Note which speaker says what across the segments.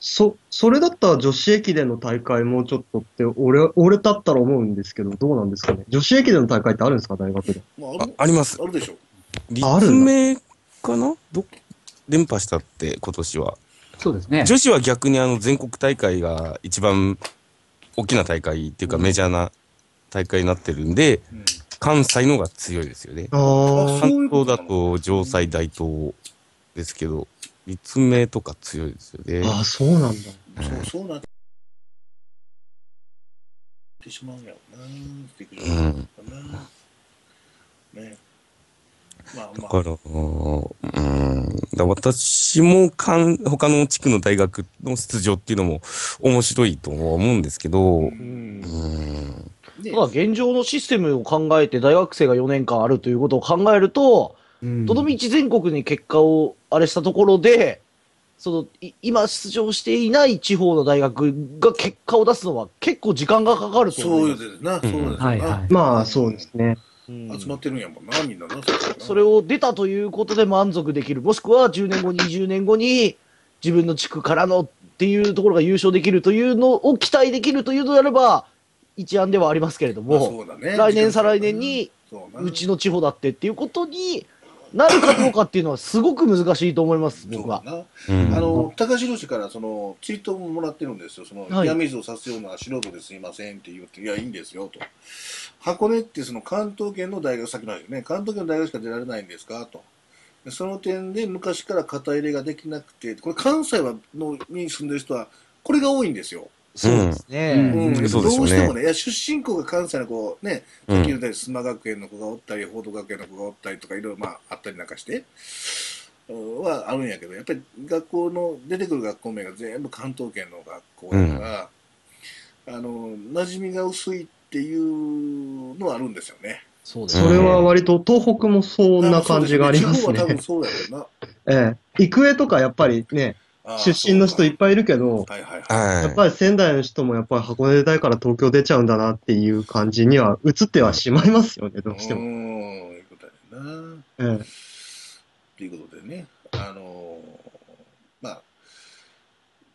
Speaker 1: そ、それだったら女子駅伝の大会もうちょっとって、俺、俺だったら思うんですけど、どうなんですかね。女子駅伝の大会ってあるんですか、大学で。
Speaker 2: まあ、あ
Speaker 3: あ
Speaker 2: る
Speaker 3: あります。
Speaker 2: あるでしょ。
Speaker 1: ある
Speaker 3: 立
Speaker 1: んだ
Speaker 3: 命かなど連覇したって、今年は。
Speaker 4: そうですね。
Speaker 3: 女子は逆にあの全国大会が一番大きな大会っていうかメジャーな大会になってるんで、
Speaker 2: うん
Speaker 3: 関西のが強いですよね。
Speaker 1: ああ、
Speaker 2: そうい
Speaker 3: 関
Speaker 2: うことな
Speaker 3: 東だ
Speaker 2: の
Speaker 3: と城西大東ですけど、立命とか強いですよね。
Speaker 1: ああ、そうなんだ。
Speaker 2: そう、そうなってしまうんやろうなっていう
Speaker 3: う
Speaker 2: ね。
Speaker 3: ん。
Speaker 2: ね。まあ
Speaker 3: だ
Speaker 2: ま
Speaker 3: から、うん。だから私も関他の地区の大学の出場っていうのも面白いとは思うんですけど、う
Speaker 5: うん
Speaker 3: ん。
Speaker 2: あ、ね
Speaker 5: ただ現状のシステムを考えて大学生が4年間あるということを考えると、
Speaker 1: うん
Speaker 5: とどみち全国に結果をあれしたところで、その、い今出場していない地方の大学が結果を出すのは結構時間がかかると
Speaker 2: そう
Speaker 5: 思
Speaker 2: いう
Speaker 5: い
Speaker 2: こ
Speaker 5: ます。
Speaker 2: とですな、そうです
Speaker 4: はい
Speaker 2: な
Speaker 4: は。い。
Speaker 1: まあ、そうですね。
Speaker 5: うん
Speaker 2: 集まってるんやもんな、みんなな。
Speaker 5: それ
Speaker 2: を、
Speaker 5: を出たということで満足できる。もしくは10年後、20年後に自分の地区からのっていうところが優勝できるというのを期待できるというのであれば、一案ではありますけれど
Speaker 2: まあ
Speaker 5: も、
Speaker 2: そうだね。
Speaker 5: 来年再来年に
Speaker 2: そうな、
Speaker 5: うちの地方だってっていうことになるかどうかっていうのはすごく難しいと思います、僕は
Speaker 2: そう。だな
Speaker 3: うん
Speaker 2: あの、高城市から、その、チリトももらってるんですよ。その、
Speaker 5: はい
Speaker 2: 冷や水をさすような素人ですいませんって言うと、いや、いいんですよ、と。箱根って、その、関東圏の大学先なんですよね。関東圏の大学しか出られないんですか、と。でその点で、昔から型入れができなくて、これ、関西はのに住んでる人は、これが多いんですよ。
Speaker 3: そうです
Speaker 5: すね。
Speaker 2: うん、
Speaker 3: ん
Speaker 2: どう
Speaker 3: そうですよね
Speaker 2: してもね、いや出身校が関西の子、ね、
Speaker 3: う
Speaker 2: さっき言
Speaker 3: ん
Speaker 2: ったように、須磨学園の子がおったり、報道学園の子がおったりとか、いろいろまああったりなんかして、うんはあるんやけど、やっぱり学校の、出てくる学校名が全部関東圏の学校だから、あの、馴染みが薄いっていうのはあるんですよね。
Speaker 5: そうです
Speaker 1: それは割と東北もそんな感じがあります
Speaker 2: 地方は多分
Speaker 1: ね。
Speaker 2: そうだよな。
Speaker 1: ええ。育英とかやっぱりね、
Speaker 2: あー
Speaker 1: 出身の人いっぱいいるけど、
Speaker 2: はいはいはい。
Speaker 1: やっ
Speaker 3: は
Speaker 1: ぱり仙台の人もやっぱり箱根で大から東京出ちゃうんだなっていう感じには移ってはしまいますよね、どうして
Speaker 2: う
Speaker 1: も。
Speaker 2: ん、いうことやねんな。
Speaker 1: ええ
Speaker 2: ということでね、あのーまあ、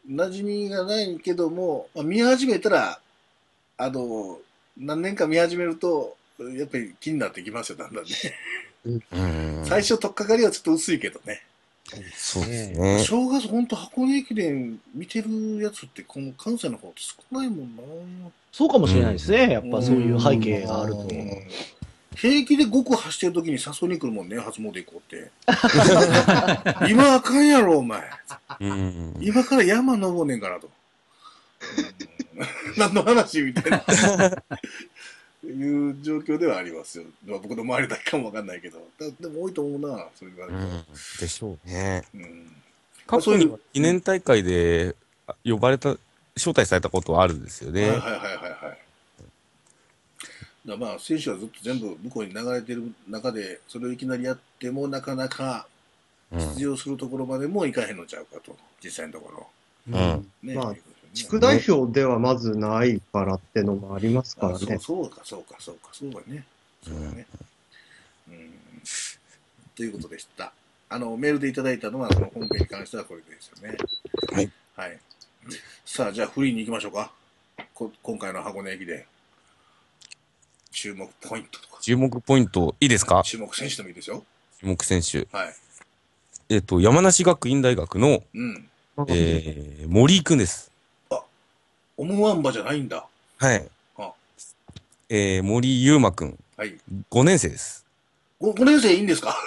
Speaker 2: 馴染みがないけども、まあ、見始めたら、あのー何年か見始めると、やっぱり気になってきますよ、だんだんね。
Speaker 3: い。うん
Speaker 2: 最初、取っかかりはちょっと薄いけどね。
Speaker 3: そうですね。
Speaker 2: 正月、ほんと箱根駅伝見てるやつって、この関西の方って少ないもんな。
Speaker 5: そうかもしれないですね。やっ
Speaker 2: う
Speaker 5: ぱ
Speaker 2: ん
Speaker 5: そういう背景があると。
Speaker 2: うん平気で5個走ってる時に誘いに来るもんね、初詣行こう って。今あかんやろ、お前。
Speaker 3: うん
Speaker 2: 今から山登んねんからと。何の話みたいな。いう状況ではありますよ。まあ僕の周りだけかもわかんないけど。だでも多いと思うな、それが、う
Speaker 3: うんんでしょうね。
Speaker 2: まあ
Speaker 3: 過
Speaker 2: そう
Speaker 3: 去
Speaker 2: いう
Speaker 3: に記念大会であ呼ばれた、招待されたことはあるんですよ
Speaker 2: はいはい
Speaker 3: ね。
Speaker 2: はいはいはい。だからまあ、選手はずっと全部向こうに流れてる中で、それをいきなりやってもなかなか
Speaker 3: うん
Speaker 2: 出場するところまでもいかへんのちゃうかと、実際のところ。
Speaker 3: うん
Speaker 2: ね、
Speaker 1: まあ
Speaker 2: ということでね
Speaker 1: 地区代表ではまずないからってのもありますからね。
Speaker 2: あそうそうか、そうか、そうか、そうだね。そうだね。うん。ということでした。あの、メールでいただいたのは、その本編に関してはこれですよね。
Speaker 3: はい。
Speaker 2: はい。さあ、じゃあ、フリーに行きましょうか。こ今回の箱根駅伝。注目ポイントとか、
Speaker 3: 注目ポイント、いいですか
Speaker 2: 注目選手でもいいですよ。
Speaker 3: 注目選手。
Speaker 2: はい。
Speaker 3: えっ、と、山梨学院大学の、
Speaker 2: うん。
Speaker 3: えー、森井くんです。
Speaker 2: オムワンバじゃないんだ。
Speaker 3: はい
Speaker 2: あ。
Speaker 3: えー、森井優馬くん、
Speaker 2: はい。
Speaker 3: 5年生です。
Speaker 2: ご 5, 年生いいんですか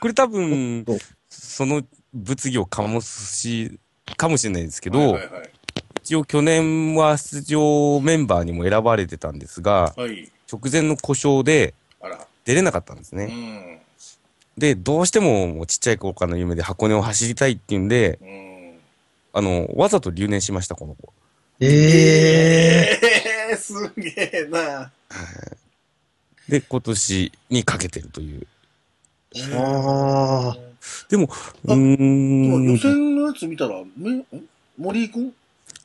Speaker 3: これ多分
Speaker 1: おっと、
Speaker 3: その物議を醸すし、かもしれないですけど、
Speaker 2: はいはい
Speaker 3: 一応去年は出場メンバーにも選ばれてたんですが、
Speaker 2: はい。はい。
Speaker 3: 直前の故障で
Speaker 2: あら。
Speaker 3: 出れなかったんです
Speaker 2: う
Speaker 3: ね。
Speaker 2: ん。
Speaker 3: で、どうしてももうちっちゃい頃からの夢で箱根を走りたいっていうんで、
Speaker 2: うん。
Speaker 3: あの、わざと留年しました、この子。
Speaker 1: ええ
Speaker 2: えー、すげえな。
Speaker 3: で、今年にかけてるという。
Speaker 1: ああ、
Speaker 3: でも、うー
Speaker 2: まあ
Speaker 3: ん。
Speaker 2: 予選のやつ見たら、めん森井くん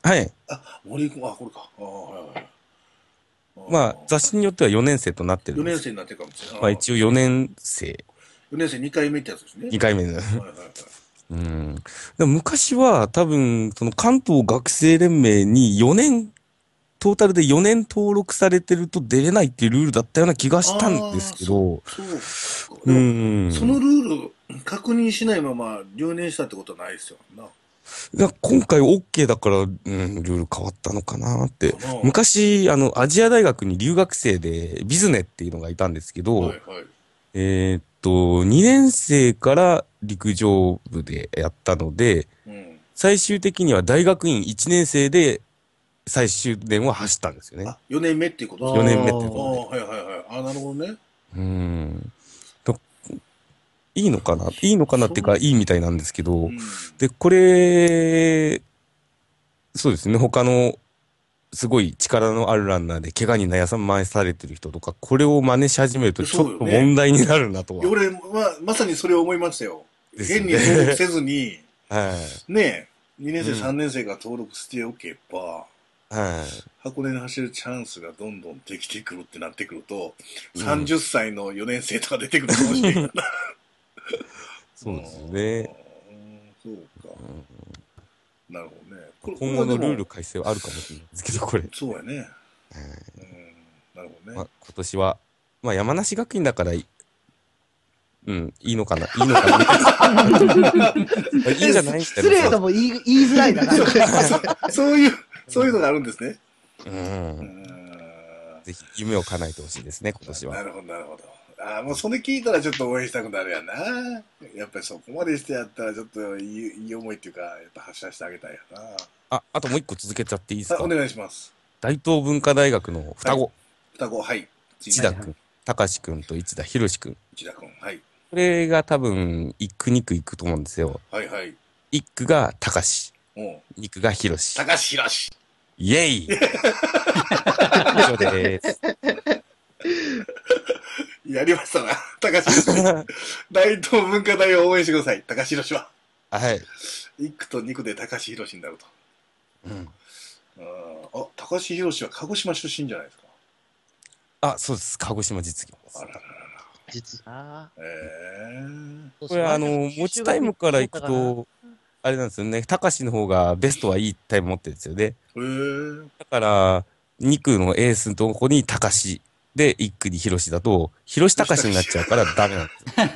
Speaker 3: はい。
Speaker 2: あ、森井くん、あ、これか。あはいはいはい。
Speaker 3: まあ、雑誌によっては4年生となってる
Speaker 2: 4
Speaker 3: んで
Speaker 2: 年
Speaker 3: す。
Speaker 2: 生になってるかもしれない。
Speaker 3: まあ、一応4年生、
Speaker 2: 4年生2回目ってやつですね。
Speaker 3: 2回目の。
Speaker 2: はいはいはい。
Speaker 3: うん。でも昔は多分、その関東学生連盟に4年、トータルで4年登録されてると出れないっていうルールだったような気がしたんですけど、
Speaker 2: そう
Speaker 3: う
Speaker 2: か。
Speaker 3: ん。
Speaker 2: そのルール、確認しないまま留年したってことはないですよ。な。
Speaker 3: だから今回 OK だから、うん、ルール変わったのかなって。
Speaker 2: かな
Speaker 3: 昔、あの、アジア大学に留学生でビズネっていうのがいたんですけど、
Speaker 2: はいはい。
Speaker 3: えーっと、2年生から陸上部でやったので、
Speaker 2: うん。
Speaker 3: 最終的には大学院1年生で最終年を走ったんですよね
Speaker 2: あ。、4年目っていうこと
Speaker 3: 4年目って
Speaker 2: ああ、
Speaker 3: こ
Speaker 2: はいはいはい。あなるほどね。
Speaker 3: とで。うん。だいいのかないいのかなっていうか、いいみたいなんですけど
Speaker 2: う、ん
Speaker 3: で、これ、そうですね、他のすごい力のあるランナーで怪我に悩まされてる人とか、これを真似し始めるとちょっと
Speaker 2: そうよね
Speaker 3: 問題になるなとは。
Speaker 2: 俺は、まさにそれを思いましたよ。
Speaker 3: ですよ
Speaker 2: 変
Speaker 3: ね
Speaker 2: に登録せずに、
Speaker 3: はい。
Speaker 2: ねえ、2年生、
Speaker 3: うん
Speaker 2: 3年生が登録しておけば、
Speaker 3: はい。
Speaker 2: 箱根に走るチャンスがどんどんできてくるってなってくると、
Speaker 3: うん
Speaker 2: 30歳の4年生とか出てくるかもしれない。
Speaker 3: そうですよね。
Speaker 2: うん。そうか。なるほどね。これ
Speaker 3: 今後のルール
Speaker 2: こ
Speaker 3: 改正はあるかもしれないですけど、これ。
Speaker 2: れでもそうやね。
Speaker 3: は
Speaker 2: うん。
Speaker 3: い
Speaker 2: なるほどね。
Speaker 3: まあ、今年は、まあ、山梨学院だからい、うん、いいのかな、いいの かな。いいんじゃないみたい
Speaker 5: 失礼とも言い言いづらいな。なん か
Speaker 2: そういう、そういうのがあるんですね。
Speaker 3: う。
Speaker 2: うんん。
Speaker 3: ぜひ、夢を叶えてほしいですね、今年
Speaker 2: な
Speaker 3: は。
Speaker 2: るほど、なるほど。ああ、もうそれ聞いたらちょっと応援したくなるやな。やっぱりそこまでしてやったらちょっといいいい思いっていうか、やっぱ発射してあげたいやな。
Speaker 3: あ、あともう一個続けちゃっていいです
Speaker 2: あ
Speaker 3: か
Speaker 2: お願いします。
Speaker 3: 大東文化大学の双子、
Speaker 2: 双子、はい。
Speaker 3: 一
Speaker 2: 千
Speaker 3: 田くん、隆志くんと一田博志くん。
Speaker 2: 千田君。はい。
Speaker 3: これが多分、一区二区行くと思うんですよ。
Speaker 2: はいはい。
Speaker 3: 一区が隆志、
Speaker 2: もうん。
Speaker 3: 二区が博志。
Speaker 2: 高橋宏。
Speaker 3: イェ イ以上です。
Speaker 2: やりましたな。 高橋 宏。大東文化大を応援してください。高橋宏は。
Speaker 3: はい。
Speaker 2: 1区と2区で高橋宏になると。
Speaker 3: うん
Speaker 2: うんあ、高橋宏は鹿児島出身じゃないですか。
Speaker 3: あ、そうです。鹿児島実業です
Speaker 2: あ。ららら
Speaker 1: 実
Speaker 5: あ
Speaker 2: ら。え
Speaker 5: ー
Speaker 3: これ、あの、持ちタイムからいくと、あれなんですよね。高志の方がベストはいいタイム持ってるんですよね。
Speaker 2: えー。へえ
Speaker 3: だから、2区のエースのとこに高志で、1区に広志だと、広志高志になっちゃうからダメなんですよ。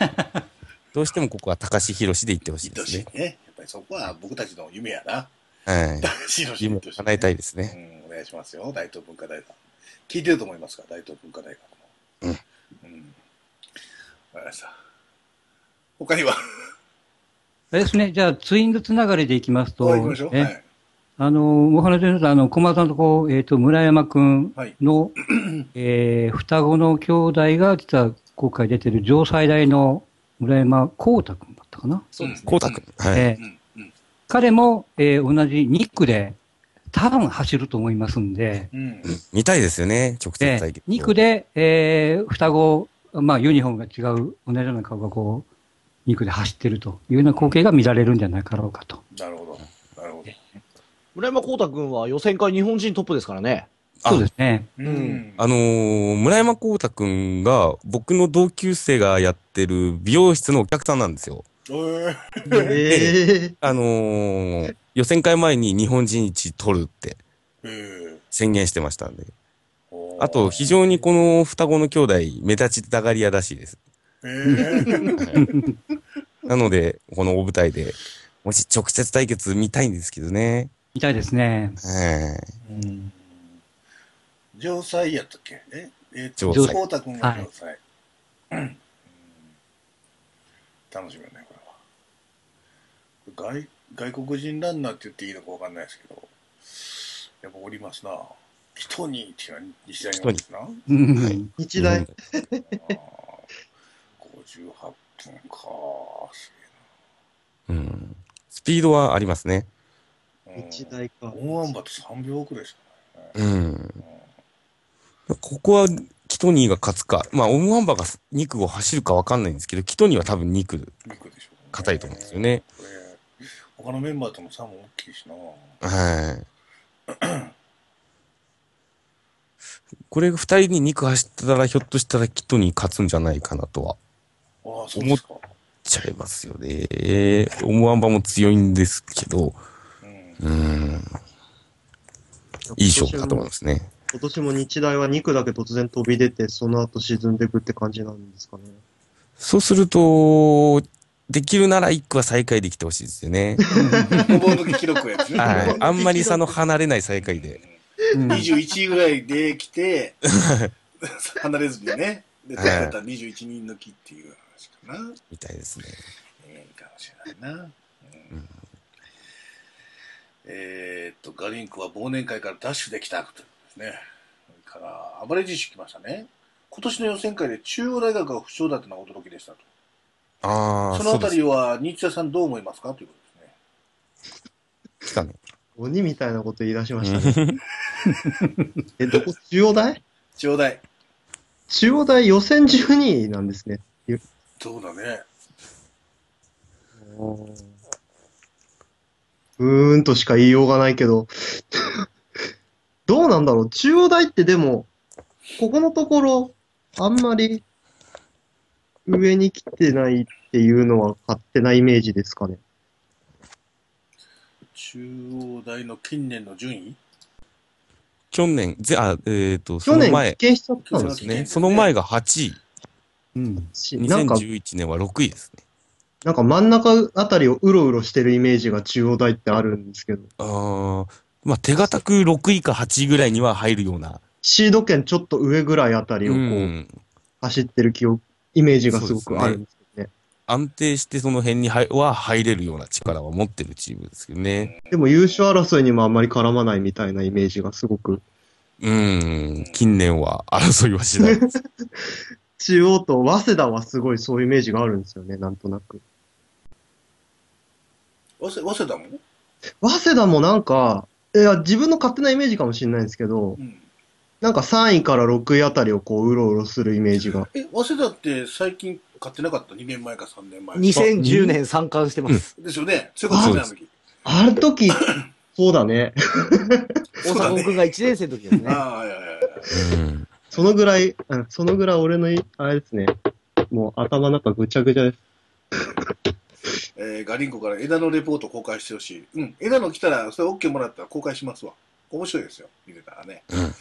Speaker 3: どうしてもここは高志広志で行ってほし
Speaker 2: い
Speaker 3: い
Speaker 2: っ
Speaker 3: で
Speaker 2: てほ
Speaker 3: す
Speaker 2: し
Speaker 3: ね
Speaker 2: い。ね。やっぱりそこは僕たちの夢やな。
Speaker 3: はい。
Speaker 2: 高橋宏に
Speaker 3: 夢
Speaker 2: 行
Speaker 3: を
Speaker 2: ってほしいね
Speaker 3: 叶えたいですね。
Speaker 2: うん、お願いしますよ。大東文化大学。聞いてると思いますか大東文化大学
Speaker 3: うん
Speaker 2: も。うん。わかりました。他には、
Speaker 4: あれですね、じゃあ、ツインズつながりでいきますと、
Speaker 2: はい行きましょう。は
Speaker 4: え
Speaker 2: い。
Speaker 4: あの、お話しした、あの、駒さんとこう、えっ、と、村山くん
Speaker 2: はい
Speaker 4: の、 えー双子の兄弟が、実は今回出てる城西大の村山光太くんだったかな。
Speaker 2: そうです
Speaker 3: 光太くん。はい。
Speaker 4: え
Speaker 2: う
Speaker 4: ー
Speaker 2: ん、うん、
Speaker 4: 彼も、えー同じ2区で、多分走ると思いますんで、
Speaker 2: うん。
Speaker 3: 見たいですよね。直接
Speaker 4: で
Speaker 3: 対決。
Speaker 4: 2区で、えー双子、まあ、ユニフォームが違う、同じような顔がこう、2区で走ってるというような光景が見られるんじゃないかろうかと。
Speaker 2: なるほど。なるほど。
Speaker 5: 村山光太君は予選会日本人トップですからね。
Speaker 3: あ
Speaker 4: そうですね。
Speaker 2: うん
Speaker 3: あのー村山光太くんが、僕の同級生がやってる美容室のお客さんなんですよ。
Speaker 2: え
Speaker 1: ええ
Speaker 3: あのー予選会前に日本人一取るって
Speaker 2: ーえ
Speaker 3: 宣言してましたんで。
Speaker 2: ー
Speaker 3: あと、非常にこの双子の兄弟、目立ちたがり屋らしいです。
Speaker 2: えー
Speaker 3: なので、この大舞台で、もし直接対決見たいんですけどね。
Speaker 4: 見たいですね。
Speaker 3: は
Speaker 2: 城西やったっけええー
Speaker 3: 城
Speaker 4: 西
Speaker 2: 光太君が城西。うん楽しみだね、これは。外外国人ランナーって言っていいのかわかんないですけど、やっぱおりますな。人にっていうのは西大なんですな。
Speaker 4: うん
Speaker 1: 日大。
Speaker 2: 58分か。す
Speaker 3: うん。スピードはありますね。
Speaker 2: げえな
Speaker 1: 日大か。
Speaker 2: うんオンアンバット3秒遅れですかね。
Speaker 3: うん。ここは、キトニーが勝つか。まあ、オムワンバが2区を走るかわかんないんですけど、キトニーは多分2区、
Speaker 2: ミクでしょうね
Speaker 3: 硬いと思うんですよ。ね。
Speaker 2: これ他のメンバーとの差も大きいしな。
Speaker 3: はい。これ、二人に2区走ったら、ひょっとしたらキットに勝つんじゃないかなとは。
Speaker 2: ああ、そうですか。
Speaker 3: ちゃいますよね。思わんばも強いんですけど、
Speaker 2: うん
Speaker 3: うーん、いい勝負だと思いますね。
Speaker 1: 今年も日大は2区だけ突然飛び出て、その後沈んでいくって感じなんですかね。
Speaker 3: そうすると、できるなら一区は再開できてほしいですよね。
Speaker 2: ごぼう抜き記録やつね。
Speaker 3: はい。あんまり差の離れない再開で。
Speaker 4: うん
Speaker 2: 21位ぐらいで来て、離れずにね。で、
Speaker 3: は
Speaker 2: 高
Speaker 3: い
Speaker 2: かった21人抜きっていう話かな。
Speaker 3: みたいですね。
Speaker 2: ええかもしれないな。うんえーっと、ガリンクは忘年会からダッシュできたということですね。それから、アバレージ種来ましたね。今年の予選会で中央大学が不詳だというのは驚きでしたと。
Speaker 3: ああ、
Speaker 2: そのあ
Speaker 3: そうで
Speaker 2: た
Speaker 3: す
Speaker 2: りは、新津屋さんどう思いますかということですね。
Speaker 3: 来たね。
Speaker 1: 鬼みたいなこと言い出しましたね。え、どこ中央大
Speaker 2: 中央大。
Speaker 1: 中央大予選12位なんですね。
Speaker 2: そうだね。
Speaker 1: うーんとしか言いようがないけど、 どうなんだろう。中央大ってでも、ここのところ、あんまり上に来てないっていうのは勝手なイメージですかね。
Speaker 2: 中央大の近年の順位
Speaker 3: 去年、ぜあ、えっ、と、そ
Speaker 1: 去
Speaker 3: の
Speaker 1: 年、
Speaker 3: 前
Speaker 1: 棄、権しちゃったん
Speaker 3: そ
Speaker 1: で
Speaker 3: うですす
Speaker 2: 去年
Speaker 3: ね。その前が8位。
Speaker 4: うん。
Speaker 1: しなんか、
Speaker 3: 2011年は6位ですね。
Speaker 1: なんか真ん中あたりをうろうろしてるイメージが中央大ってあるんですけど、
Speaker 3: ああ、まあ手堅く6位か8位ぐらいには入るような。
Speaker 1: シード圏ちょっと上ぐらいあたりをこう、
Speaker 3: うん
Speaker 1: 走ってる記憶、イメージがすごくあるんですけどね。
Speaker 3: 安定してその辺にはは入れるような力は持ってるチームですけどね。
Speaker 1: でも優勝争いにもあんまり絡まないみたいなイメージがすごく、
Speaker 3: うん。近年は争いはしない。
Speaker 1: 中央と早稲田はすごいそういうイメージがあるんですよね、なんとなく。
Speaker 2: 早稲早稲田もね。
Speaker 1: 早稲田もなんか、いや、自分の勝手なイメージかもしれないんですけど
Speaker 2: う、ん。
Speaker 1: なんか3位から6位あたりをこう、うろうろするイメージが。
Speaker 2: え、早稲田って最近買ってなかった ?2 年前か3年前。
Speaker 5: 2010年参観してます。
Speaker 2: ですよね。そういうことですね、
Speaker 1: ある 時、そうだね。
Speaker 2: うん
Speaker 5: 大迫君が1年生の時です
Speaker 2: あの時。
Speaker 5: ね。
Speaker 2: ああ、いやいやいや。
Speaker 3: うん。
Speaker 1: そのぐらい、うん、そのぐらい俺のい、あれですね、もう頭の中ぐちゃぐちゃです。
Speaker 2: えーガリンコから枝のレポート公開してほしい。うん。枝の来たら、それ OK もらったら公開しますわ。面白いですよ。見てたらね。
Speaker 3: うん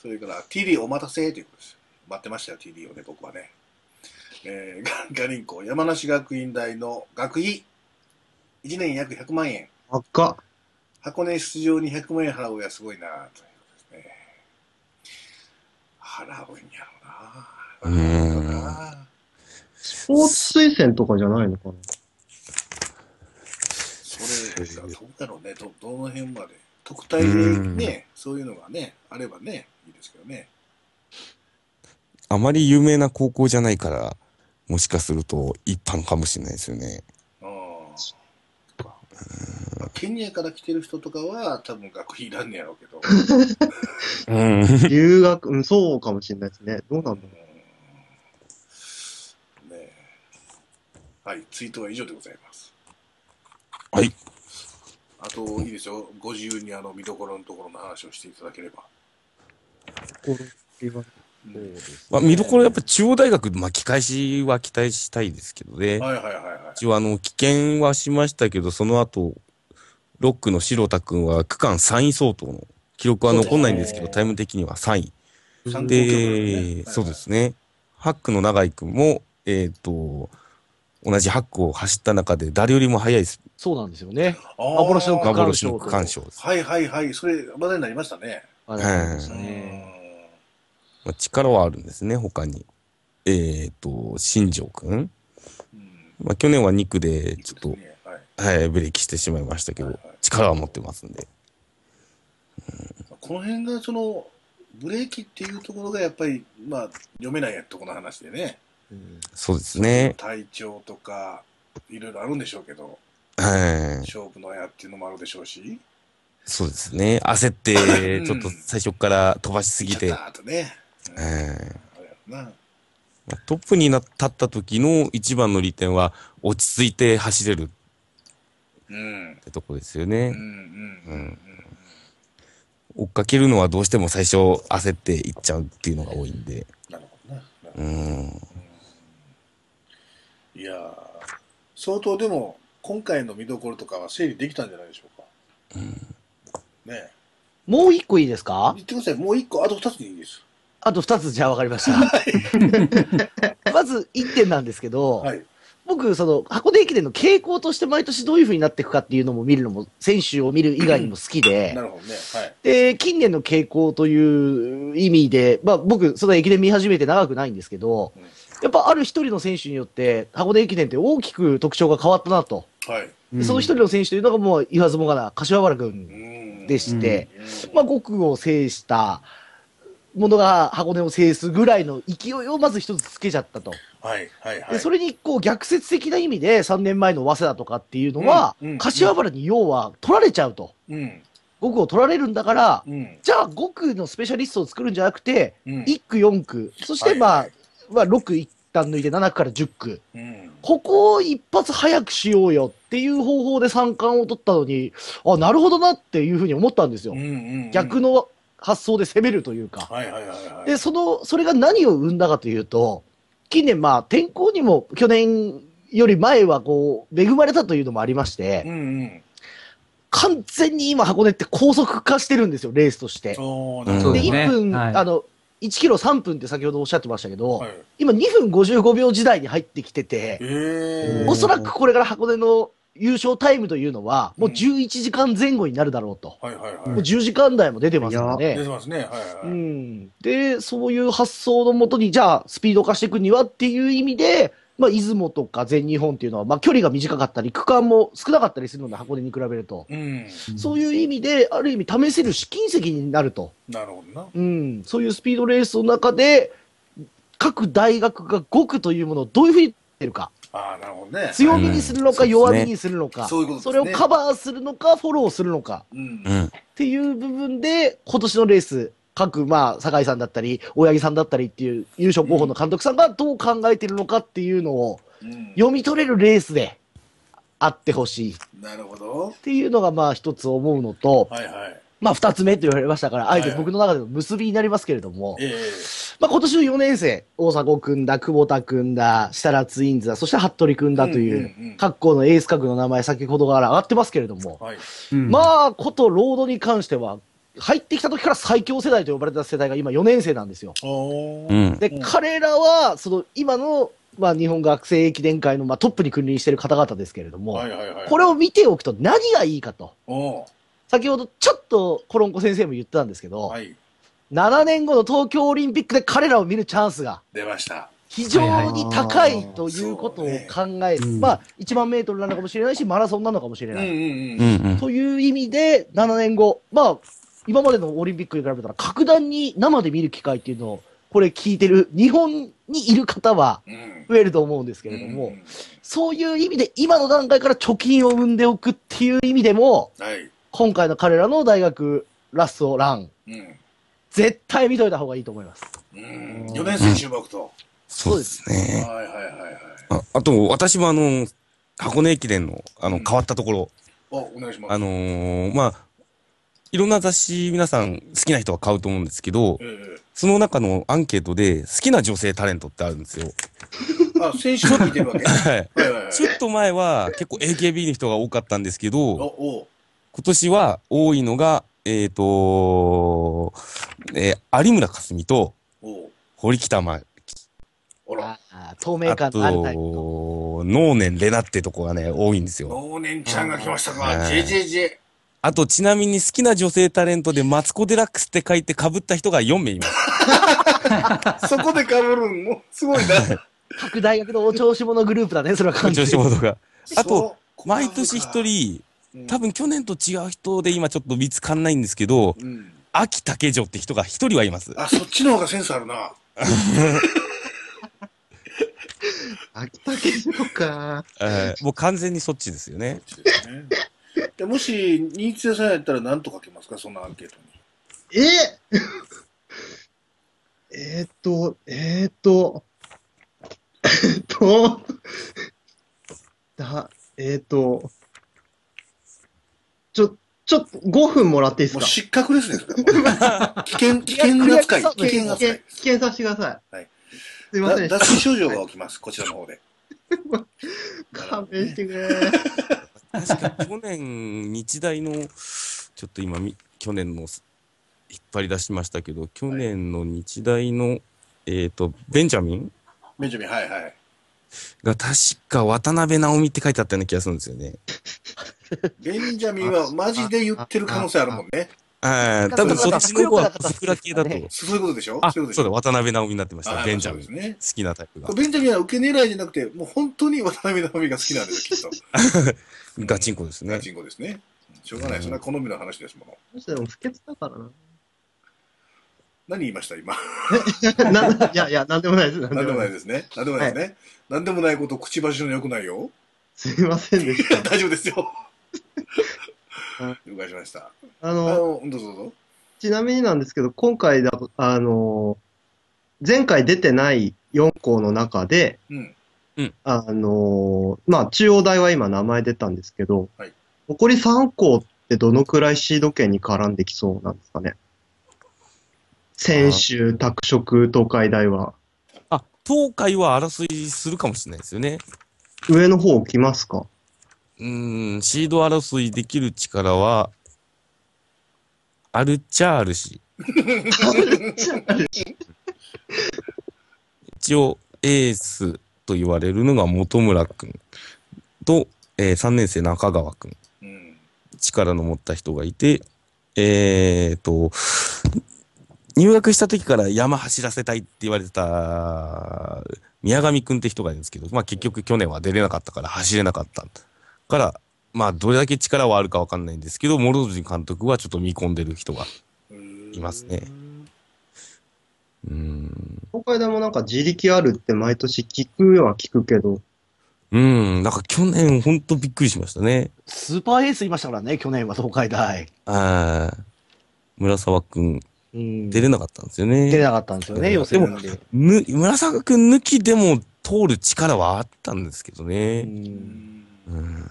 Speaker 2: それから、TD お待たせということです。待ってましたよ、TD をね、僕はね。えーガガリンコ、山梨学院大の学費。1年約100万円。
Speaker 1: 赤。
Speaker 2: 箱根出場に100万円払うやすごいなということですね。払うんやろうな
Speaker 3: うーん
Speaker 1: スポーツ推薦とかじゃないのかな。
Speaker 2: それ、どうだろうね、どどの辺まで。特待でね、そういうのがね、あればね、いいですけどね。
Speaker 3: あまり有名な高校じゃないから、もしかすると一般かもしれないですよね。
Speaker 2: ああ。ケニアから来てる人とかは、多分学費いらんねやろうけど。
Speaker 3: うん。
Speaker 1: 留学、うん、そうかもしれないですね。どうなんだろう。
Speaker 2: うんねえはい、ツイートは以上でございます。
Speaker 3: はい。
Speaker 2: あと、いいですよ。ご自由にあの見どころのところの話をしていただければ。うん
Speaker 3: まあ、見どころやっぱ中央大学巻き返しは期待したいですけどね。
Speaker 2: はいはいはいは
Speaker 3: 一応あの、危険はしましたけど、その後、ロックの白田君は区間3位相当の記録は残んないんですけ
Speaker 2: そう
Speaker 3: ど、
Speaker 2: ですね
Speaker 3: タイム的には3位。
Speaker 2: い。参考記録だね
Speaker 3: で、そうで。すね。ハックの永井君も、えっ、と、同じハックを走った中で誰よりも速いス
Speaker 5: そうなんですよね。
Speaker 2: はいはい
Speaker 5: 幻の
Speaker 2: あー
Speaker 5: 区間
Speaker 3: 幻
Speaker 5: 賞
Speaker 3: の区間賞です。
Speaker 2: はいはいはい。それ、話題になりましたね。
Speaker 5: あれなんですね。
Speaker 2: ね
Speaker 3: まあ、力はあるんですね、他に。えっ、と、新庄君。
Speaker 2: うん。
Speaker 3: まあ、去年は2区で、ちょっ
Speaker 2: ねはい
Speaker 3: と、はい、ブレーキしてしまいましたけ
Speaker 2: はい
Speaker 3: ど
Speaker 2: はい、
Speaker 3: 力は持ってますんで。
Speaker 2: この辺がそのブレーキっていうところがやっぱり、まあ、読めないやっとこの話でね、
Speaker 5: うん
Speaker 3: そうですね。
Speaker 2: 体調とかいろいろあるんでしょうけど、
Speaker 3: はい。
Speaker 2: 勝負のやっていうのもあるでしょうし、
Speaker 3: そうですね。焦って、ちょっと最初から飛ばしすぎて、
Speaker 2: ちょっとあとね、うんあ
Speaker 3: えー
Speaker 2: れやろな、
Speaker 3: トップにな立った時の一番の利点は、落ち着いて走れるっ
Speaker 2: うん、
Speaker 3: てとこですよ
Speaker 2: うん、う
Speaker 3: ね。
Speaker 2: ん、う
Speaker 3: うんん、追っかけるのはどうしても最初焦っていっちゃうっていうのが多いんで。
Speaker 2: なるほどな。なるほど
Speaker 3: うん。
Speaker 2: いやー相当でも、今回の見どころとかは整理できたんじゃないでしょうか。ねえ
Speaker 5: もう一個いいですか
Speaker 2: 言ってください。もう一個、あと二つでいいです。
Speaker 5: あと二つじゃあ分かりました。まず一点なんですけど、
Speaker 2: はい。
Speaker 5: 僕、その、箱根駅伝の傾向として毎年どういう風になっていくかっていうのも見るのも、選手を見る以外にも好きで
Speaker 2: な、るほどね。はい。
Speaker 5: で、近年の傾向という意味で、まあ僕、その駅伝見始めて長くないんですけど
Speaker 2: うん、
Speaker 5: やっぱある一人の選手によって、箱根駅伝って大きく特徴が変わったなと。
Speaker 2: はい。
Speaker 5: でその一人の選手というのがもう言わずもがな、柏原
Speaker 2: う
Speaker 5: 君
Speaker 2: ん
Speaker 5: でして、
Speaker 2: うん
Speaker 5: まあ5区を制したものが箱根を制すぐらいの勢いをまず一つつけちゃったと。
Speaker 2: はい。はい。は
Speaker 5: で
Speaker 2: い。
Speaker 5: それにこう逆説的な意味で3年前の早稲田とかっていうのは
Speaker 2: うんうん、
Speaker 5: 柏原に要は取られちゃうと。
Speaker 2: うん。
Speaker 5: 5区を取られるんだから、
Speaker 2: うん。
Speaker 5: じゃあ5区のスペシャリストを作るんじゃなくて、
Speaker 2: うん。
Speaker 5: 1区、4区、そしてまあ、まあ、6区一旦抜いて7区から10区。
Speaker 2: うん。
Speaker 5: ここを一発早くしようよっていう方法で三冠を取ったのに、あ、なるほどなっていうふうに思ったんですよ
Speaker 2: うん。うんうん
Speaker 5: 逆。の発想で攻めるというか。
Speaker 2: はいはいはいはい。
Speaker 5: で、その、それが何を生んだかというと、近年まあ、天候にも去年より前はこう、恵まれたというのもありまして
Speaker 2: う、んうん。
Speaker 5: 完全に今箱根って高速化してるんですよ、レースとして。
Speaker 2: そう
Speaker 3: そう
Speaker 5: で、
Speaker 3: です
Speaker 4: ね
Speaker 5: 1分、
Speaker 4: はい
Speaker 5: あの、1キロ3分って先ほどおっしゃってましたけど、
Speaker 2: はい。
Speaker 5: 今2分55秒時代に入ってきて
Speaker 2: え
Speaker 5: て、
Speaker 2: え
Speaker 5: おそらくこれから箱根の優勝タイムというのは、もう
Speaker 2: うん
Speaker 5: 11時間前後になるだろうと。
Speaker 2: はいはいは
Speaker 5: もう
Speaker 2: い。
Speaker 5: 10時間台も出てますの
Speaker 2: 出
Speaker 5: で、
Speaker 2: てますね。はいは
Speaker 5: う
Speaker 2: い。
Speaker 5: ん。で、そういう発想のもとに、じゃあ、スピード化していくにはっていう意味で、まあ、出雲とか全日本っていうのは、まあ、距離が短かったり、区間も少なかったりするので、箱根に比べると。
Speaker 2: うん。
Speaker 5: そういう意味で、ある意味試せる試金石になると。
Speaker 2: なるほどな。
Speaker 5: うん、そういうスピードレースの中で、各大学が5区というものをどういうふうにやってるか、
Speaker 2: ああ、なるほどね。
Speaker 5: 強みにするのか、
Speaker 3: うん
Speaker 5: 弱みにするのか、
Speaker 2: そうですね
Speaker 5: そ
Speaker 2: そう
Speaker 5: れ
Speaker 2: いう
Speaker 5: を
Speaker 2: ことですね
Speaker 5: カバーするのか、フォローするのか
Speaker 2: うん
Speaker 3: う。ん。
Speaker 5: っていう部分で、今年のレース、各、まあ、酒井さんだったり、大八木さんだったりっていう優勝候補の監督さんがどう考えてるのかっていうのを
Speaker 2: うん
Speaker 5: 読み取れるレースであってほしいっ
Speaker 2: なるほど。
Speaker 5: ていうのが、まあ、一つ思うのと、
Speaker 2: はいはい。
Speaker 5: まあ、二つ目と言われましたから、あえて
Speaker 2: はいはい
Speaker 5: 僕の中での結びになりますけれども、
Speaker 2: ええ
Speaker 5: まあ、今年の4年生、大迫君だ、久保田君だ、設楽ツインズだ、そして服部君だと
Speaker 2: う
Speaker 5: い
Speaker 2: んうんう
Speaker 5: う、
Speaker 2: ん
Speaker 5: 各校のエース格の名前、先ほどから上がってますけれども、
Speaker 2: はい。
Speaker 4: うん
Speaker 5: まあ、ことロードに関しては、入ってきた時から最強世代と呼ばれた世代が今4年生なんですよ。
Speaker 2: お
Speaker 3: う
Speaker 2: ー。
Speaker 3: ん。
Speaker 5: で、
Speaker 2: うん
Speaker 5: 彼らは、その今の、まあ、日本学生駅伝界の、まあ、トップに君臨している方々ですけれども、
Speaker 2: はいはいはい。
Speaker 5: これを見ておくと何がいいかと。
Speaker 2: お
Speaker 5: 先ほどちょっとコロンコ先生も言ってたんですけど、
Speaker 2: ーはい。
Speaker 5: 7年後の東京オリンピックで彼らを見るチャンスが
Speaker 2: 出ました。
Speaker 5: 非常に高いということを考え、
Speaker 4: うん
Speaker 5: まあ、1万メートルなのかもしれないし、マラソンなのかもしれ
Speaker 2: うん
Speaker 5: な
Speaker 2: う
Speaker 5: い。
Speaker 2: ん
Speaker 3: う
Speaker 2: うん。
Speaker 3: んうん。
Speaker 5: という意味で、7年後、まあ、今までのオリンピックに比べたら、格段に生で見る機会っていうのを、これ聞いてる、日本にいる方は
Speaker 2: うん。
Speaker 5: 増えると思うんですけ
Speaker 2: け
Speaker 5: れども、そういう意味で、今の段階から貯金を生んでおくっていう意味でも、
Speaker 2: はい。
Speaker 5: 今回の彼らの大学ラストラン、
Speaker 2: うん。
Speaker 5: 絶対見といた方がいいと思います。
Speaker 2: うん。4年生注目と。
Speaker 3: そうです
Speaker 2: はい
Speaker 3: ね。
Speaker 2: はいはいはい。
Speaker 3: ああと、私もあの、箱根駅伝の、あ
Speaker 2: う
Speaker 3: の、
Speaker 2: ん
Speaker 3: 変わったところ、
Speaker 2: あ、お願いします。
Speaker 3: あのーまあ、いろんな雑誌皆さん好きな人は買うと思うんですけど
Speaker 2: え、え
Speaker 3: その中のアンケートで好きな女性タレントってあるんですよ。
Speaker 2: あ、選手も聞いてるわ け。は
Speaker 3: はい。
Speaker 2: いはいはい。
Speaker 3: ちょっと前は結構 AKB の人が多かったんですけ
Speaker 2: お、
Speaker 3: ど、
Speaker 2: お
Speaker 3: 今年は多いのが、えっ、とえー有村架純と
Speaker 2: お
Speaker 3: 堀北真
Speaker 2: おら。
Speaker 5: あー透明
Speaker 3: 希、あ
Speaker 5: 感
Speaker 3: と
Speaker 5: のあるタイプの。、
Speaker 3: 能年レナってとこがね、多いんですよ。
Speaker 2: 能年ちゃんが来ましたか。
Speaker 3: はい
Speaker 2: JJJ。
Speaker 3: あと、ちなみに好きな女性タレントでマツコ・デラックスって書いて被った人が4名 います。
Speaker 2: そこで被るんも、すごいな。
Speaker 5: 各大学のお調子者グループだね、それは完
Speaker 3: 女
Speaker 5: 全
Speaker 3: 子
Speaker 5: に。
Speaker 3: モード が。 あと
Speaker 2: そう、
Speaker 3: 毎年一、人、
Speaker 2: うん
Speaker 3: 多、分去年と違う人で今ちょっと見つかんないんですけど、
Speaker 2: うん。
Speaker 3: 秋竹城って人が一人はいます。
Speaker 2: あ、そっちの方がセンスある な。
Speaker 1: 秋田県とか。
Speaker 3: えーもう完全にそっちですよね。
Speaker 2: でもし、認知さんやったら何と書けますか、そのアンケートに。
Speaker 1: え えーっと、えーっと、えーっと、だ、えーっと、ちょ、ちょっと5分もらっていいです
Speaker 2: もう
Speaker 1: か
Speaker 2: 失格ですね、それ 危険、危険扱
Speaker 1: 危
Speaker 2: い。危険扱
Speaker 1: 険
Speaker 2: い。
Speaker 1: 危険させてください。
Speaker 2: はい。
Speaker 1: すいません
Speaker 2: だ
Speaker 1: でした。
Speaker 2: 脱水症状が起きます、こちらの方で。
Speaker 1: 勘弁してくれ。
Speaker 3: 確か去年、日大の、ちょっと今み、去年の、引っ張り出しましたけど、去年の日大の、えっ、と、ベンジャミン
Speaker 2: メジャミン、はいはい。
Speaker 3: が確か渡辺直美って書いてあったような気がするんですよね。
Speaker 2: ベンジャミンはマジで言ってる可能性あるもんね。
Speaker 3: はい。多分そっちの方はスクラ系だと。
Speaker 2: そういうことでしょ
Speaker 3: あ、
Speaker 2: そ
Speaker 3: そう
Speaker 2: いううことでし
Speaker 3: だ、
Speaker 2: ょ
Speaker 3: 渡辺直美になってまし
Speaker 2: あ
Speaker 3: た。
Speaker 2: ー
Speaker 3: ベンジャ
Speaker 2: ま
Speaker 3: ミ
Speaker 2: あ
Speaker 3: ン。
Speaker 2: そうですね
Speaker 3: 好きなタイプが
Speaker 2: これ。ベンジャミンは受け狙いじゃなくて、もう本当に渡辺直美が好き なんですよ、きっと。
Speaker 3: ガチンコですね
Speaker 2: ガ。チンコですね。しょうがない、そんな好みの話ですもの。
Speaker 1: どうしてでも不潔だからな。
Speaker 2: 何言いました、今。
Speaker 1: ない やいや、なんでもないです。なん
Speaker 2: 何で もない
Speaker 1: す。
Speaker 2: ですね。何でもないですね。何でもないこと、くちばしの良くないよ。
Speaker 1: すいませんでした。
Speaker 2: 大丈夫ですよ
Speaker 1: うん。
Speaker 2: 了解しました。
Speaker 1: あ
Speaker 2: あ
Speaker 1: の、
Speaker 2: の、どうぞどうぞ。
Speaker 1: ちなみになんですけど、今回だ、あの、前回出てない4校の中で、
Speaker 2: うん。
Speaker 1: あの、まあ、中央大は今名前出たんですけど、
Speaker 2: はい
Speaker 1: 残り3校ってどのくらいシード権に絡んできそうなんですかね。先週、拓殖、東海大は。
Speaker 3: あ、東海は争いするかもしれないですよね。
Speaker 1: 上の方来ますか
Speaker 3: うーん、シード争いできる力は、あるっちゃあるし。一応、エースと言われるのが本村くんと、え3年生中川くん。
Speaker 2: うん。
Speaker 3: 力の持った人がいて、えー、と、入学した時から山走らせたいって言われてた宮上くんって人がいるんですけど、まあ結局去年は出れなかったから走れなかったから、まあどれだけ力はあるかわかんないんですけど、諸辻監督はちょっと見込んでる人がいますね。うーん。
Speaker 1: 東海大もなんか自力あるって毎年聞くは聞くけど、
Speaker 3: うん、なんか去年ほんとびっくりしましたね。
Speaker 5: スーパーエースいましたからね、去年は東海大。
Speaker 3: あー村沢くん
Speaker 5: うん
Speaker 3: 出れなかったんですよね。
Speaker 5: 出れなかったんですよね、予選で。
Speaker 3: ぬ、村坂くん抜きでも通る力はあったんですけど
Speaker 5: う
Speaker 3: ね。
Speaker 2: うんん
Speaker 3: うん。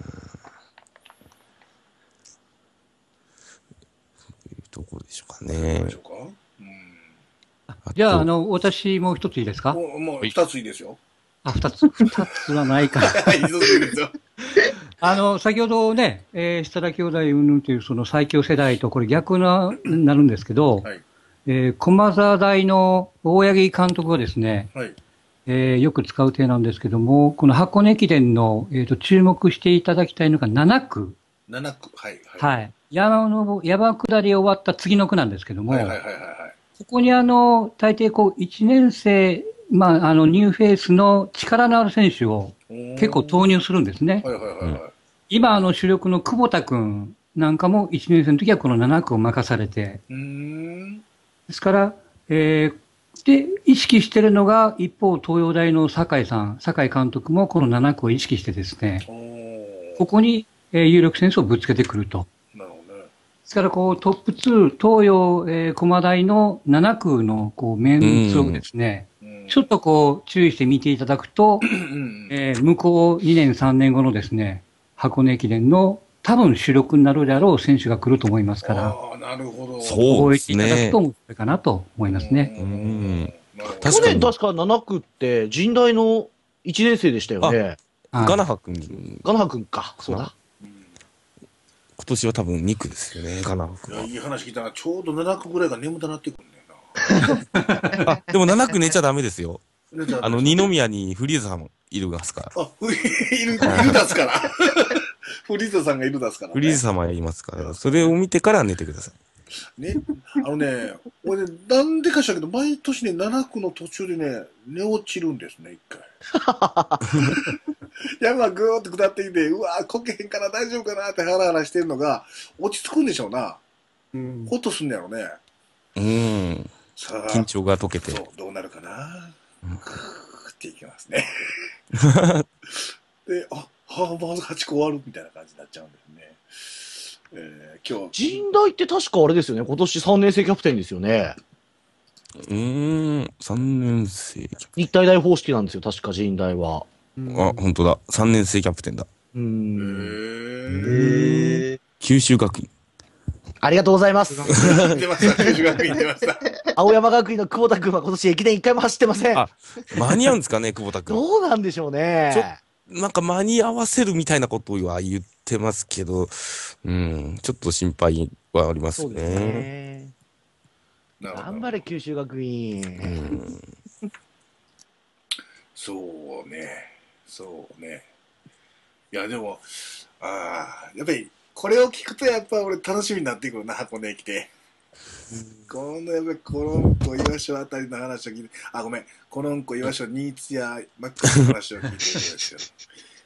Speaker 3: というところでしょうか
Speaker 2: どう
Speaker 3: ね
Speaker 2: でし。ょうかうん
Speaker 3: あと
Speaker 4: じゃあ、あの、私もう一ついいですか
Speaker 2: もう、もう二ついいですよ。
Speaker 4: あ、二つ。二つはない か。
Speaker 2: はい、二ついいです よ。
Speaker 4: あの、先ほどね、えー、設楽兄弟うんぬんというその最強世代と、これ逆な、なるんですけど、
Speaker 2: はい。
Speaker 4: えー駒沢大の大八木監督がですね、
Speaker 2: はい。
Speaker 4: えーよく使う手なんですけども、この箱根駅伝の、えー、と注目していただきたいのが7区、
Speaker 2: 七区。はい。
Speaker 4: はい、山の山下り終わった次の区なんですけども、
Speaker 2: はいはいはいはいはい。
Speaker 4: ここにあの大抵こう1年生、まあ、あのニューフェイスの力のある選手を結構投入するんですね。
Speaker 2: はいはいはいはい。
Speaker 4: 今あの主力の久保田君なんかも1年生の時はこの7区を任されて、
Speaker 2: うーん。
Speaker 4: ですから、えーで、意識してるのが、一方、東洋大の酒井さん、酒井監督もこの7区を意識してですね、
Speaker 2: おー
Speaker 4: ここに、えー有力選手をぶつけてくると。
Speaker 2: なるほどね。
Speaker 4: ですから、こう、トップ2、東洋、えー駒大の7区の、こう、メンツをですね、
Speaker 2: うん
Speaker 4: ちょっとこう、注意して見ていただくと、
Speaker 2: うんうん
Speaker 4: えー向こう2年、3年後のですね、箱根駅伝の多分主力になるであろう選手が来ると思いますから、
Speaker 2: ああ、なるほど。
Speaker 3: そうです
Speaker 4: 覚えていただく
Speaker 3: ね
Speaker 4: と。面白いかなと思いますね。
Speaker 3: うん
Speaker 2: なるほど
Speaker 3: 確
Speaker 5: 去
Speaker 3: かに
Speaker 5: 年確か7区って、神大の1年生でしたよね。
Speaker 4: はい
Speaker 3: ガナハ君、
Speaker 5: ガナハ君か。そうだ。
Speaker 3: 今年は多分2区ですよね、ガナハ君
Speaker 2: いや、いい話聞いたな。ちょうど7区ぐらいが眠たなってくるんだよ
Speaker 3: は。あ、でも7区寝ちゃダメですよ。
Speaker 2: な。でじゃ
Speaker 3: あの、二宮にフリーザさんいるがすから。
Speaker 2: あ、フリいる、いる出すから。 フリーザさんがいる出すから、ね。
Speaker 3: フリーザ様いますから、それを見てから寝てください。
Speaker 2: ね。あのね、俺ね、なんでかしらんけど、毎年ね、7区の途中でね、寝落ちるんですね、一 回。山がぐーっと下ってきて、うわー、こけへんから大丈夫かなってハラハラしてるのが、落ち着くんでしょうな。
Speaker 1: うん、
Speaker 2: ほっとすんのやろね。
Speaker 3: うん。
Speaker 2: さあ、
Speaker 3: 緊張が解けて
Speaker 2: そ。う、どうなるかな。くーっていきます ね。で、あ、はあ、まず8個終わるみたいな感じになっちゃうんですね。えー、今日、
Speaker 5: 神大って確かあれですよね。今年3年生キャプテンですよね。
Speaker 3: うーん、3年生キャプ
Speaker 5: 日体大方式なんですよ、確か神大は。
Speaker 3: テン。あ、本当だ。3年生キャプテンだ。
Speaker 5: う
Speaker 2: え
Speaker 5: ん。
Speaker 2: ー、
Speaker 1: えー、
Speaker 3: 九州学院。
Speaker 5: ありがとうございます。
Speaker 2: 言ってました、九州学院言ってました。
Speaker 5: 青山学院の久保田君は今年駅伝一回も走ってません。
Speaker 3: あ間に合うんですかね、久保田君。
Speaker 5: どうなんでしょうね。
Speaker 3: なんか間に合わせるみたいなことは言ってますけど、うん、ちょっと心配はあります
Speaker 5: そう
Speaker 3: ね。
Speaker 5: ですね。
Speaker 2: なるほど
Speaker 5: 頑張れ、九州学
Speaker 3: う
Speaker 5: 院。
Speaker 3: ん、
Speaker 2: そうね、そうね。いや、でも、ああ、やっぱり、これを聞くと、やっぱ俺楽しみになってくるな、箱根駅で。この、やっぱり、コロンコ、岩所あたりの話を聞いて、あ、ごめん、コロンコ、岩所、新津屋、マックスの話を聞いてるんですよ。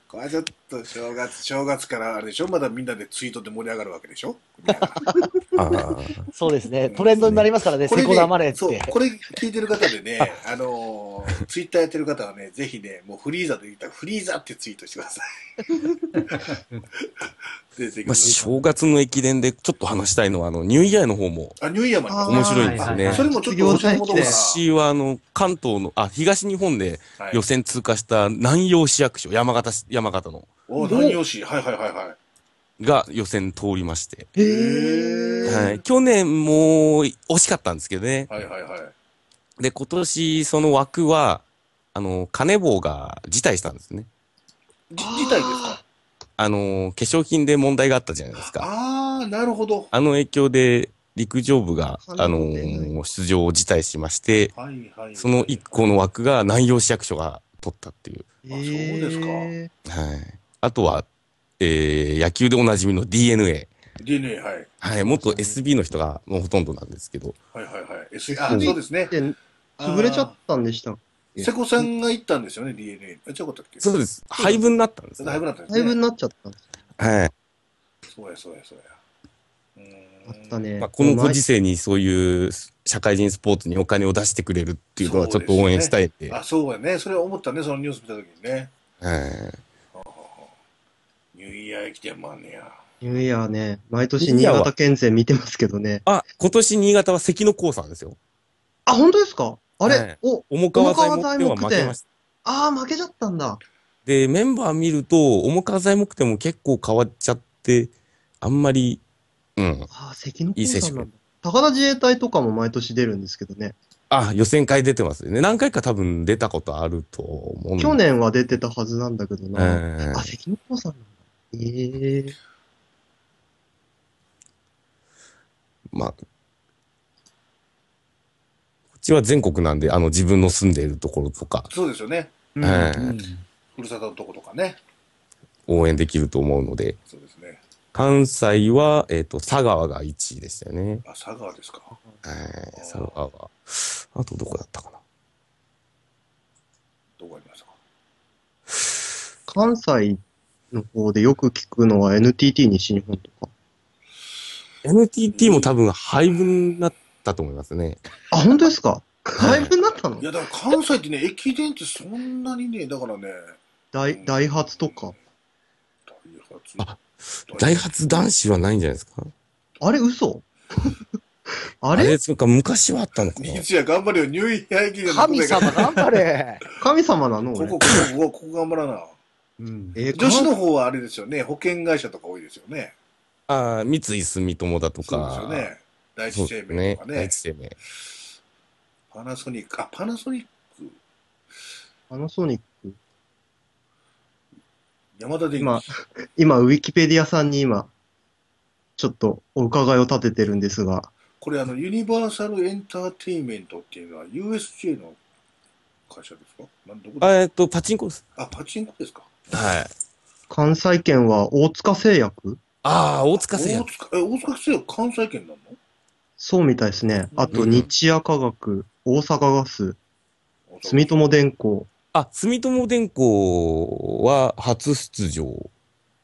Speaker 2: これはちょっと正月、正月からあれでしょまだみんなでツイートで盛り上がるわけでしょみんなが
Speaker 3: あー
Speaker 5: そうですね。トレンドになりますからね、
Speaker 2: こ
Speaker 5: セ
Speaker 2: れ
Speaker 5: コダマレっ
Speaker 2: ね、そう
Speaker 5: て。
Speaker 2: これ聞いてる方でね、 あのー、ツイッターやってる方はね、ぜひね、もうフリーザと言ったらフリーザってツイートしてください。 でぜひ
Speaker 3: まあ、正月の駅伝でちょっと話したいのは、あの、ニューイヤーの方も、
Speaker 2: あ、ニューイヤーま
Speaker 1: あ
Speaker 2: で。
Speaker 1: ー
Speaker 3: 面白いですよね
Speaker 4: はいはいはい
Speaker 2: それもちょっと後ほど
Speaker 1: ええ
Speaker 2: か
Speaker 3: 今年はあの、関東の、あ、東日本で
Speaker 2: ら。はい
Speaker 3: 予選通過した南陽市役所、山形市、山形の、
Speaker 2: お、南陽市。はいはいはいは
Speaker 3: が予選通りまして。
Speaker 5: へ
Speaker 2: ー
Speaker 5: ー
Speaker 3: はい。去年も惜しかったんですけどね。
Speaker 2: い。はいはいはい。
Speaker 3: で、今年その枠は、あの、金棒が辞退したんですね。
Speaker 2: じ事態ですか
Speaker 3: あの、化粧品で問題があったじゃないですか。
Speaker 2: ああー、なるほど。
Speaker 3: あの影響で陸上部が、
Speaker 1: 金棒
Speaker 3: あの
Speaker 1: 出な
Speaker 3: 出場を辞退しまして、
Speaker 2: はいはい。
Speaker 3: その一個の枠が南陽市役所が取ったっていう。
Speaker 1: そう
Speaker 2: そうですか
Speaker 3: はい。あとは、えー、野球でおなじみの DNA。
Speaker 2: DNA、はい。
Speaker 3: はい。元 SB の人がもうほとんどなんですけど。
Speaker 2: はいはいはい。S、あ、そうですね。
Speaker 1: で、潰れちゃったんでした。
Speaker 2: 瀬古さんが行ったんですよね、DNA。あ、違うかったっけ
Speaker 3: そうです。廃部になったんです、ね。
Speaker 2: だいぶなったんです
Speaker 1: だい
Speaker 2: ね
Speaker 1: ぶになっちゃった。
Speaker 3: はい。
Speaker 2: そうや、そうや、そうや。うーん
Speaker 1: あった。ね。
Speaker 3: まあ、このご時世にそういう社会人スポーツにお金を出してくれるっていうのはちょっと応援したいって。
Speaker 2: あ、そうやね。それ思ったね、そのニュース見たときにね。
Speaker 3: はい
Speaker 2: ニューイヤー駅伝もあんねや。
Speaker 1: ニューイヤーね、毎年
Speaker 3: ニューイ
Speaker 1: 新
Speaker 3: ヤーは
Speaker 1: 潟県勢見てますけどね。
Speaker 3: あ、今年新潟は関野興産ですよ。
Speaker 1: あ、本当ですかあれ、
Speaker 3: はい
Speaker 1: お、
Speaker 3: 重川材木店は負けました。
Speaker 1: あー負けちゃったんだ。
Speaker 3: で、メンバー見ると、重川材木店も結構変わっちゃって、あんまり、うん。
Speaker 1: あー関の
Speaker 3: いい選手
Speaker 1: なんだ。高田自衛隊とかも毎年出るんですけどね。
Speaker 3: あ、予選会出てますよね。何回か多分出たことあると思うんで
Speaker 1: 去年は出てたはずなんだけどな。
Speaker 3: ええ
Speaker 1: あ、関の子さんなんだ。ええ
Speaker 3: まあ、こっちは全国なんで、あの、自分の住んでいるところとか、
Speaker 2: そうですよね。
Speaker 1: うん
Speaker 3: え
Speaker 4: う
Speaker 3: え
Speaker 4: ん
Speaker 2: ふるさとのとことかね。
Speaker 3: 応援できると思うので、
Speaker 2: そうですね。
Speaker 3: 関西は、えっ、と、佐川が1位でしたよね。
Speaker 2: あ、佐川ですか。
Speaker 3: はい、佐川は。あとどこだったかな。
Speaker 2: どこありますか。
Speaker 1: 関西の方でよく聞くのは NTT 西日本とか。
Speaker 3: NTT も多分廃部になったと思いますね。
Speaker 1: あ、本当ですか
Speaker 3: は
Speaker 1: だ
Speaker 3: い
Speaker 1: いぶになったの
Speaker 2: いや、だから関西ってね、駅伝ってそんなにね、だからね。
Speaker 1: ダイダイハツとか。。
Speaker 2: ダイハ
Speaker 3: あ
Speaker 2: ツ。
Speaker 3: ダイハツ男子はないんじゃないですか
Speaker 1: あれ、嘘 あ
Speaker 3: あ
Speaker 1: れ
Speaker 3: そうか、昔はあったのかな。
Speaker 2: 日夜頑張れよ、ニューイヤー駅伝のこと
Speaker 5: 神
Speaker 2: やから
Speaker 5: 様頑張れ。
Speaker 1: 神様なの
Speaker 2: ここ、
Speaker 1: 俺
Speaker 2: ここ、ここ、ここ頑張らな。
Speaker 4: うん
Speaker 1: えー
Speaker 2: 女子の方はあれですよね、保険会社とか多いですよね。
Speaker 3: ああ、三井住友だと
Speaker 2: そうです
Speaker 3: か
Speaker 2: よ。ね。第
Speaker 3: そ
Speaker 2: 一生
Speaker 3: うです
Speaker 2: 命
Speaker 3: ね
Speaker 2: と。か
Speaker 3: 第
Speaker 2: ね
Speaker 3: 一。生命。
Speaker 2: パナソニック、あ、パナソニック、
Speaker 1: パナソニック。
Speaker 2: 山田電機。
Speaker 1: 今、今、ウィキペディアさんに今、ちょっとお伺いを立ててるんですが、
Speaker 2: これあの、ユニバーサルエンターテインメントっていうのは USJ の会社ですかなんどこ
Speaker 3: あ
Speaker 2: です
Speaker 3: えっと、パチンコです。
Speaker 2: あ、パチンコですか
Speaker 3: はい。
Speaker 1: 関西圏は大塚製薬
Speaker 3: ああ、大塚製
Speaker 2: 大
Speaker 3: 薬。
Speaker 2: 塚、え、大塚製薬関西圏なの
Speaker 1: そうみたいですね。あと、
Speaker 3: うん
Speaker 1: 日夜化学、大阪ガス、
Speaker 2: 大阪
Speaker 1: 住友電工。
Speaker 3: あ、住友電工は初出場。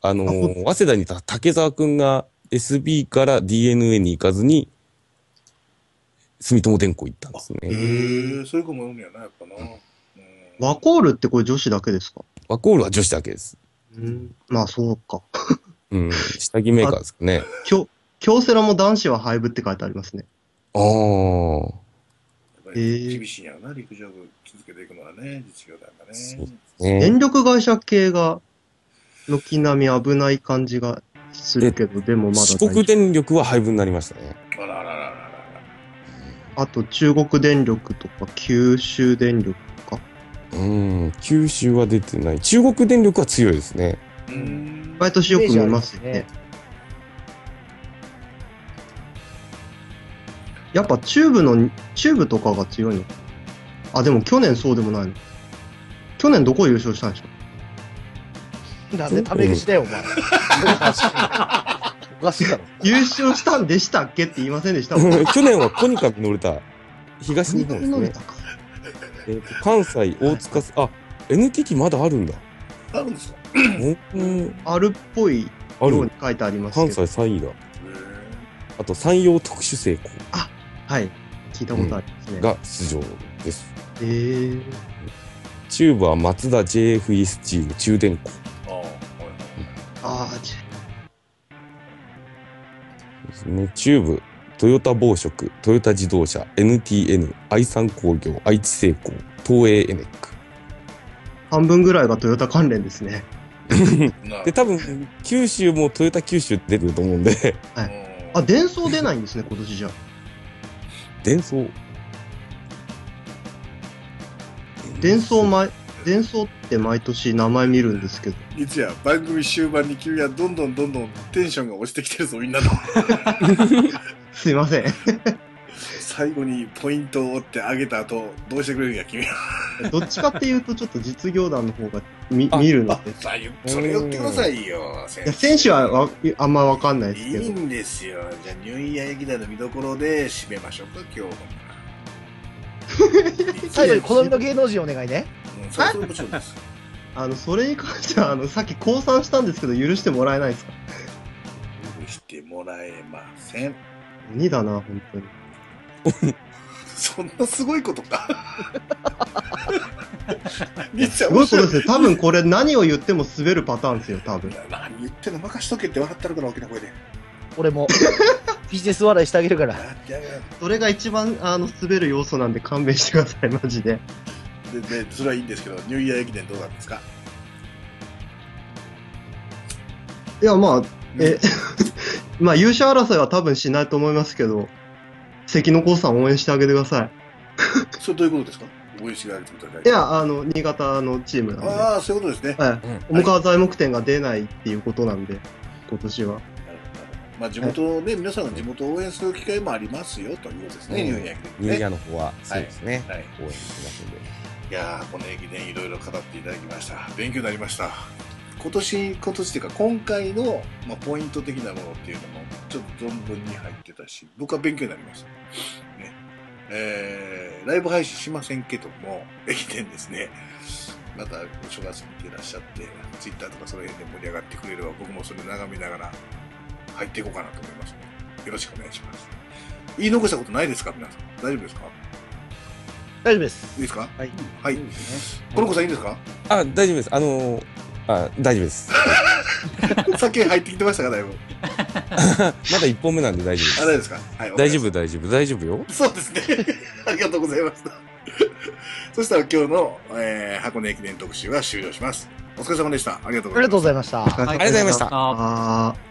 Speaker 3: あのー早稲田にいた竹澤くんが SB から DNA に行かずに、住友電工行ったんです
Speaker 2: へ
Speaker 3: ね。
Speaker 2: え、そういう子もいるんやな、やっぱな。うん
Speaker 1: ワコールってこれ女子だけですか
Speaker 3: ワコールは女子だけです。
Speaker 1: うん。まあ、そうか。
Speaker 3: うん。下着メーカーですかね。
Speaker 1: きょ京セラも男子は廃部って書いてありますね。
Speaker 3: ああ。
Speaker 2: やっぱり厳しいんやろな、陸上部続けていくのはね、実業団が
Speaker 3: そうで
Speaker 2: ね。
Speaker 3: ね
Speaker 1: 電力会社系が、軒並み危ない感じがするけど、でもまだ
Speaker 3: 四
Speaker 1: 大丈夫
Speaker 3: 国電力は廃部になりましたね。
Speaker 2: あらあらあらあらあら。
Speaker 1: あと中国電力とか九州電力とか。
Speaker 3: うん、九州は出てない。中国電力は強いです ね。
Speaker 2: うん
Speaker 1: 毎年よく見ますよ
Speaker 5: イメージあ
Speaker 1: ね。やっぱチューブの、チューブとかが強いのあ、でも去年そうでもないの。去年どこ優勝したんでしょ
Speaker 5: なんでため口だよ、お前。おかしい。おかしいだろ。
Speaker 1: う優勝したんでしたっけって言いませんで した
Speaker 3: 去年はコニカに乗れた。東日本です
Speaker 1: 乗れ
Speaker 3: ね。
Speaker 1: たか
Speaker 3: えーと関西、大塚す、あ、NTT まだあるんだ。
Speaker 2: あるんですか
Speaker 3: うん、
Speaker 1: あるっぽい
Speaker 3: あ
Speaker 1: よう
Speaker 3: る
Speaker 1: に。書いてあります
Speaker 3: 関
Speaker 1: けど。
Speaker 3: 西3位だ。
Speaker 2: へー
Speaker 3: あと、山陽特殊成功
Speaker 1: はい。聞いたことありますね。
Speaker 3: が出場です。
Speaker 1: えー、
Speaker 3: 中部は松田 JFES チーム、中電工。
Speaker 2: あーはいはい
Speaker 1: ああ、ち
Speaker 3: ですね、中部、トヨタ暴食、トヨタ自動車、NTN、愛産工業、愛知製鋼、東映エネック。
Speaker 1: 半分ぐらいがトヨタ関連ですね。
Speaker 2: な
Speaker 3: で、多分、九州もトヨタ九州って出てると思うんで、
Speaker 1: はい
Speaker 2: う
Speaker 1: あ、
Speaker 2: ん
Speaker 1: 伝送出ないんですね、今年じゃ。
Speaker 3: 伝送。
Speaker 1: 伝送毎、伝送って毎年名前見るんですけど。
Speaker 2: 日夜番組終盤に君はどんどんどんどんテンションが落ちてきてるぞみんな と
Speaker 1: すいません。
Speaker 2: 最後にポイントを追ってあげた後どうしてくれるんや君は
Speaker 1: どっちかっていうと、ちょっと実業団の方が見
Speaker 3: あ
Speaker 1: 見るので。
Speaker 2: さあ言それ言ってくださいよ
Speaker 1: いや選手はわあんまわかんないです
Speaker 2: い
Speaker 1: け
Speaker 2: い
Speaker 1: ど、
Speaker 2: んですよじゃあニューイヤー駅伝の見どころで締めましょうか今日
Speaker 5: 最後に好みの芸能人お願いね。
Speaker 2: うん それそれもちろんです
Speaker 1: あのそれに関してはあの、さっき降参したんですけど、許してもらえないですか
Speaker 2: 許してもらえません
Speaker 1: 鬼だな、本当に。
Speaker 2: そんなすごいこと か兄ちゃ
Speaker 1: す
Speaker 2: ん
Speaker 1: ご
Speaker 2: 面
Speaker 1: いこと
Speaker 2: 白
Speaker 1: で
Speaker 2: い
Speaker 1: すね。多分これ、何を言っても滑るパターンですよ、多分。
Speaker 2: 何言ってんの任しとけって笑ったのから大きな声で
Speaker 5: 俺も。ビジネス笑いしてあげるから。
Speaker 2: やってやるよ
Speaker 1: それが一番あの滑る要素なんで勘弁してください、マジで。
Speaker 2: ででそれはいいんですけどニューイヤー駅伝どうなんですか
Speaker 1: いや、まあ、え、まあ、優勝争いは多分しないと思いますけど、関のさん応援してあげてください。
Speaker 2: それどういうことですか応援してくれるってことはい
Speaker 1: や、あの、新潟のチームなんで。
Speaker 2: ああそういうことですね
Speaker 1: は
Speaker 3: うん
Speaker 1: い。重川材木店が出ないっていうことなんで、今年は。
Speaker 2: まあ地元をね、皆さんが地元を応援する機会もありますよということですね、
Speaker 3: うん
Speaker 2: ニューイヤー駅伝
Speaker 3: ニュ
Speaker 2: ね
Speaker 3: ーイヤーの方は、そうですね。
Speaker 2: はい、
Speaker 3: 応援してますんで。
Speaker 2: いやーこの駅伝いろいろ語っていただきました勉強になりました今年今年っていうか今回の、まあ、ポイント的なものっていうのもちょっと存分に入ってたし僕は勉強になりましたねえーライブ配信しませんけども駅伝ですねまたお正月見てらっしゃってツイッターとかその辺で盛り上がってくれれば僕もそれ眺めながら入っていこうかなと思いますよろしくお願いします言い残したことないですか皆さん大丈夫ですか
Speaker 5: 大丈夫で
Speaker 2: いい
Speaker 5: す。
Speaker 2: ですか
Speaker 5: はい。
Speaker 2: はい
Speaker 5: そうですね
Speaker 2: この子さんいいんですか
Speaker 3: あ、大丈夫です。あのー、あ、大丈夫です。
Speaker 2: 酒入ってきてましたか、だいぶ。
Speaker 3: まだ1本目なんで大丈
Speaker 2: あ、大丈夫
Speaker 3: 夫です。
Speaker 2: ですか。はい、
Speaker 3: 大丈夫、
Speaker 2: わか
Speaker 3: 大丈夫、大丈夫よ
Speaker 2: りま。した。そうですね。 ありがとうございました。そしたら今日の、えー箱根駅伝特集は終了します。お疲れ様でした。ありがとう
Speaker 5: あ
Speaker 2: ございま
Speaker 5: りがとう
Speaker 2: した。
Speaker 5: ござい
Speaker 3: あ
Speaker 5: ました。
Speaker 3: りがとうございました
Speaker 1: あー